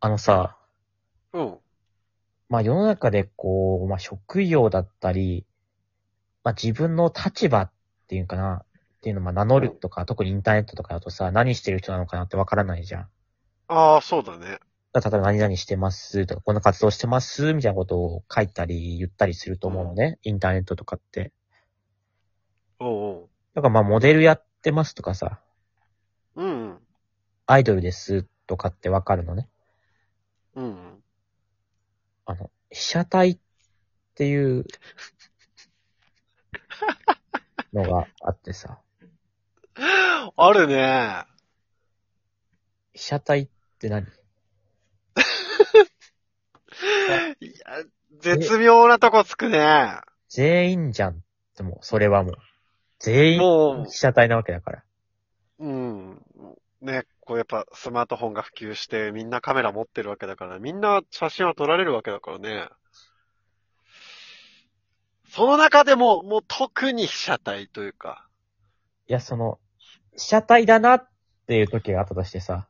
あのさ、うん。まあ世の中でこう、まあ職業だったり、まあ自分の立場っていうかな、っていうのをまあ名乗るとか、特にインターネットとかだとさ、何してる人なのかなってわからないじゃん。ああ、そうだね。だから例えば何々してますとか、こんな活動してますみたいなことを書いたり言ったりすると思うのね、インターネットとかって。おうだからまあモデルやってますとかさ、おう。うんアイドルですとかってわかるのね。うん。うんあの、被写体っていうのがあってさ、うん。あるね。被写体って何いや、絶妙なとこつくね。全員じゃんってもう、それはもう。全員も被写体なわけだから。う、うん。ね、こうやっぱスマートフォンが普及してみんなカメラ持ってるわけだから、みんな写真は撮られるわけだからね。その中でも、もう特に被写体というか。いや、その、被写体だなっていう時があったとしてさ、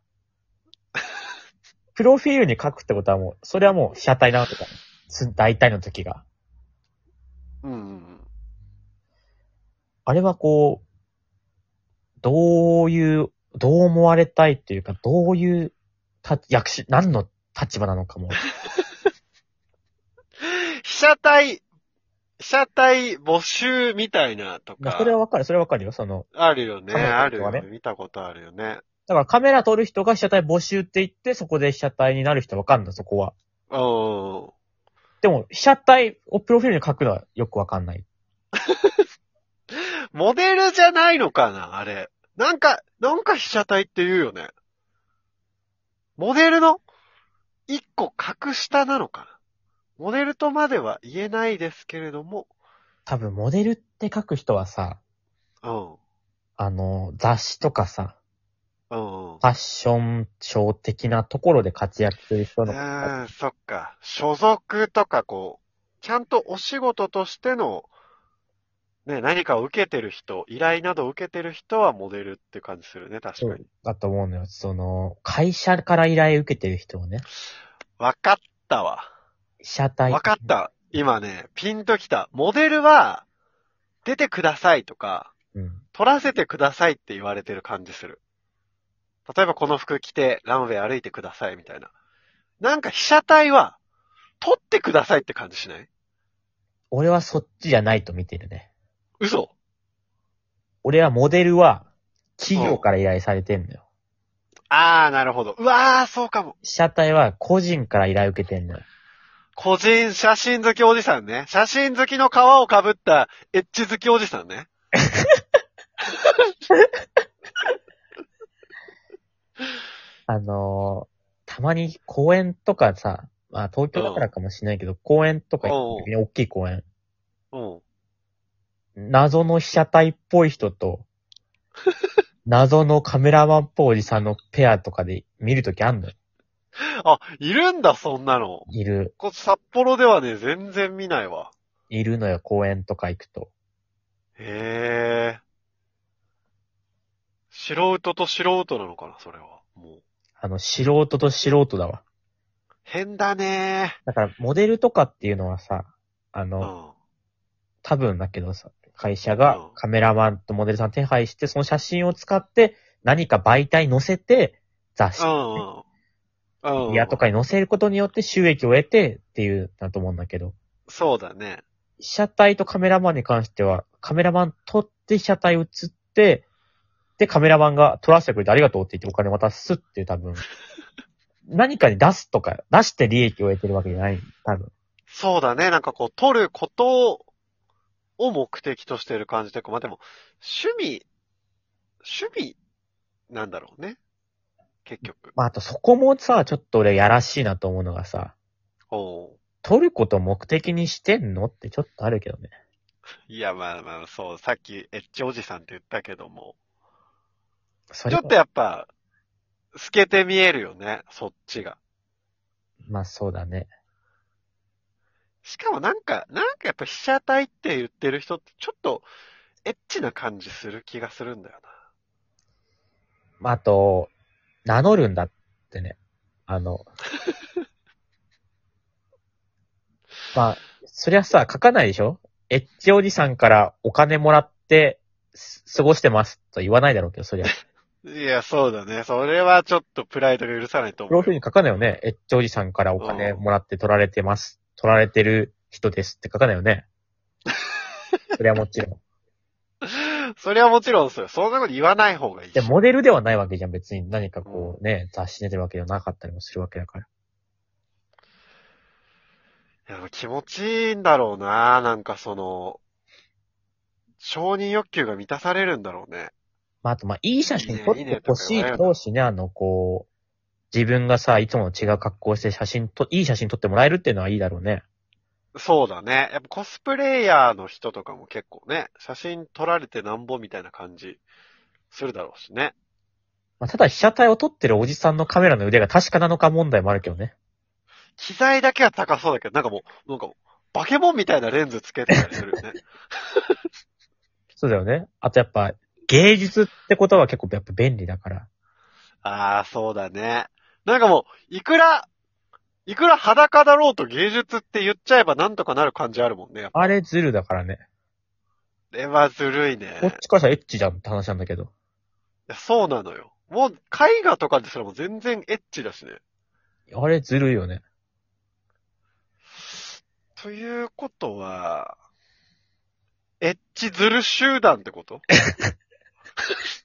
プロフィールに書くってことはもう、それはもう被写体なわけだ。す大体の時が。うんうんあれはこう、どういう、どう思われたいっていうか、どういう、た、役し、何の立場なのかも。うん。被写体、被写体募集みたいなとまあかそ。れはわかる、それはわかるよ。その、あるよね、カメあラるとよかねね。見たことあるよね。だからカメラ撮る人が被写体募集って言って、そこで被写体になる人わかんない、そこは。うん。でも、被写体をプロフィールに書くのはよくわかんない。モデルじゃないのかな、あれ。なんか、なんか被写体って言うよね。モデルの一個格下なのかな。モデルとまでは言えないですけれども。多分、モデルって書く人はさ、うん。あの、雑誌とかさ、うん。ファッションショー的なところで活躍する人の、うん、そっか。所属とかこう、ちゃんとお仕事としての、ね、何かを受けてる人、依頼などを受けてる人はモデルって感じするね、確かに。だと思うのよ。その、会社から依頼受けてる人をね、わかったわ。被写体。わかった。今ね、ピンときた。モデルは、出てくださいとか、うん。撮らせてくださいって言われてる感じする。例えばこの服着て、ランウェイ歩いてくださいみたいな。なんか被写体は、撮ってくださいって感じしない俺はそっちじゃないと見てるね。嘘俺はモデルは、企業から依頼されてんのよ。あー、なるほど。うわー、そうかも。被写体は個人から依頼受けてんのよ。個人写真好きおじさんね。写真好きの皮をかぶったエッジ好きおじさんね。あのーたまに公園とかさ、まあ東京だからかもしれないけど、公園とか行った時に大きい公園、うん。謎の被写体っぽい人 と、謎のカメラマンっぽいおじさんのペアとかで見るときあんのよあ、いるんだ、そんなの。いる、こ札幌ではね、全然見ないわ。いるのよ、公園とか行くと。へえ。素人と素人なのかな、それは。もう。あの、素人と素人だわ。変だねだから、モデルとかっていうのはさ、あー。うの、ん。多分だけどさ、会社うがんカメラマンとモデルさん手配して、その写真を使って何か媒体に載せて、雑誌うん。うん。いやと。かに載せることによって収益を得てっていうなと思うんだけど、そうだね。被写体とカメラマンに関しては、カメラマン撮って被写体写って、で、カメラマンが撮らせてくれてありがとうって言ってお金渡すっていう多分、何かに出すとか、出して利益を得てるわけじゃない、多分。そうだね。なんかこう、撮ることを目的としてる感じで、まあ、でも、趣味、趣味、なんだろうね。結局。まあ、あとそこもさ、ちょっと俺やらしいなと思うのがさ、おう撮ることを目的にしてんのってちょっとあるけどね。いや、まあまあ、そう、さっき、エッチおじさんって言ったけども、そちれょはっとやっぱ、透けて見えるよね、そっちが。まあそうだね。しかもなんか、なんかやっぱ被写体って言ってる人ってちょっとエッチな感じする気がするんだよまあ、あと、名乗るんだってね。あの、まあ、そりゃさ、書かないでしょエッチおじさんからお金もらって、す過ごしてますと言わないだろうけど、そりゃ。いや、そうだね。それはちょっとプライドが許さないとそうい思うう風よ。に書かないよね。エッチおじさんからお金もらって取られてます。取られてる人ですって書かないよね。それはもちろん。 それはもちろんそうよ。そんなこと言わない方がいいし。で、モデルではないわけじゃん。別に何かこうね、雑誌に出てるわけじゃなかったりもするわけだから。いや気持ちいいんだろうな。なんかその、承認欲求が満たされるんだろうね。まあ、あと、まあ、いい写真撮っいいねいいねてほしいとか言わないよと思うしね、あの、こう、自分がさ、いつもと違う格好をして写真と、いい写真撮ってもらえるっていうのはいいだろうね。そうだね。やっぱコスプレイヤーの人とかも結構ね、写真撮られてなんぼみたいな感じするだろうしね。まあ、ただ、被写体を撮ってるおじさんのカメラの腕が確かなのか問題もあるけどね。機材だけは高そうだけど、なんかもう、なんかもう、バケモンみたいなレンズつけてたりするよね。 そうだよね。あとやっぱ、芸術ってことは結構やっぱ便利だから。ああ、そうだね。なんかもう、いくら、いくら裸だろうと芸術って言っちゃえばなんとかなる感じあるもんね。やっぱあれズルだからね。あれはずるいね。こっちからさ、エッチじゃんって話なんだけど。いやそうなのよ。もう、絵画とかですらもう全然エッチだしね。あれずるいよね。ということは、エッチずる集団ってこと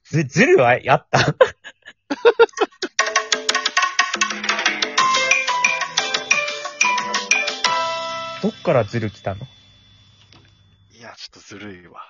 ず、ずるはやった。 どっからずる来たのいや、ちょっとずるいわ。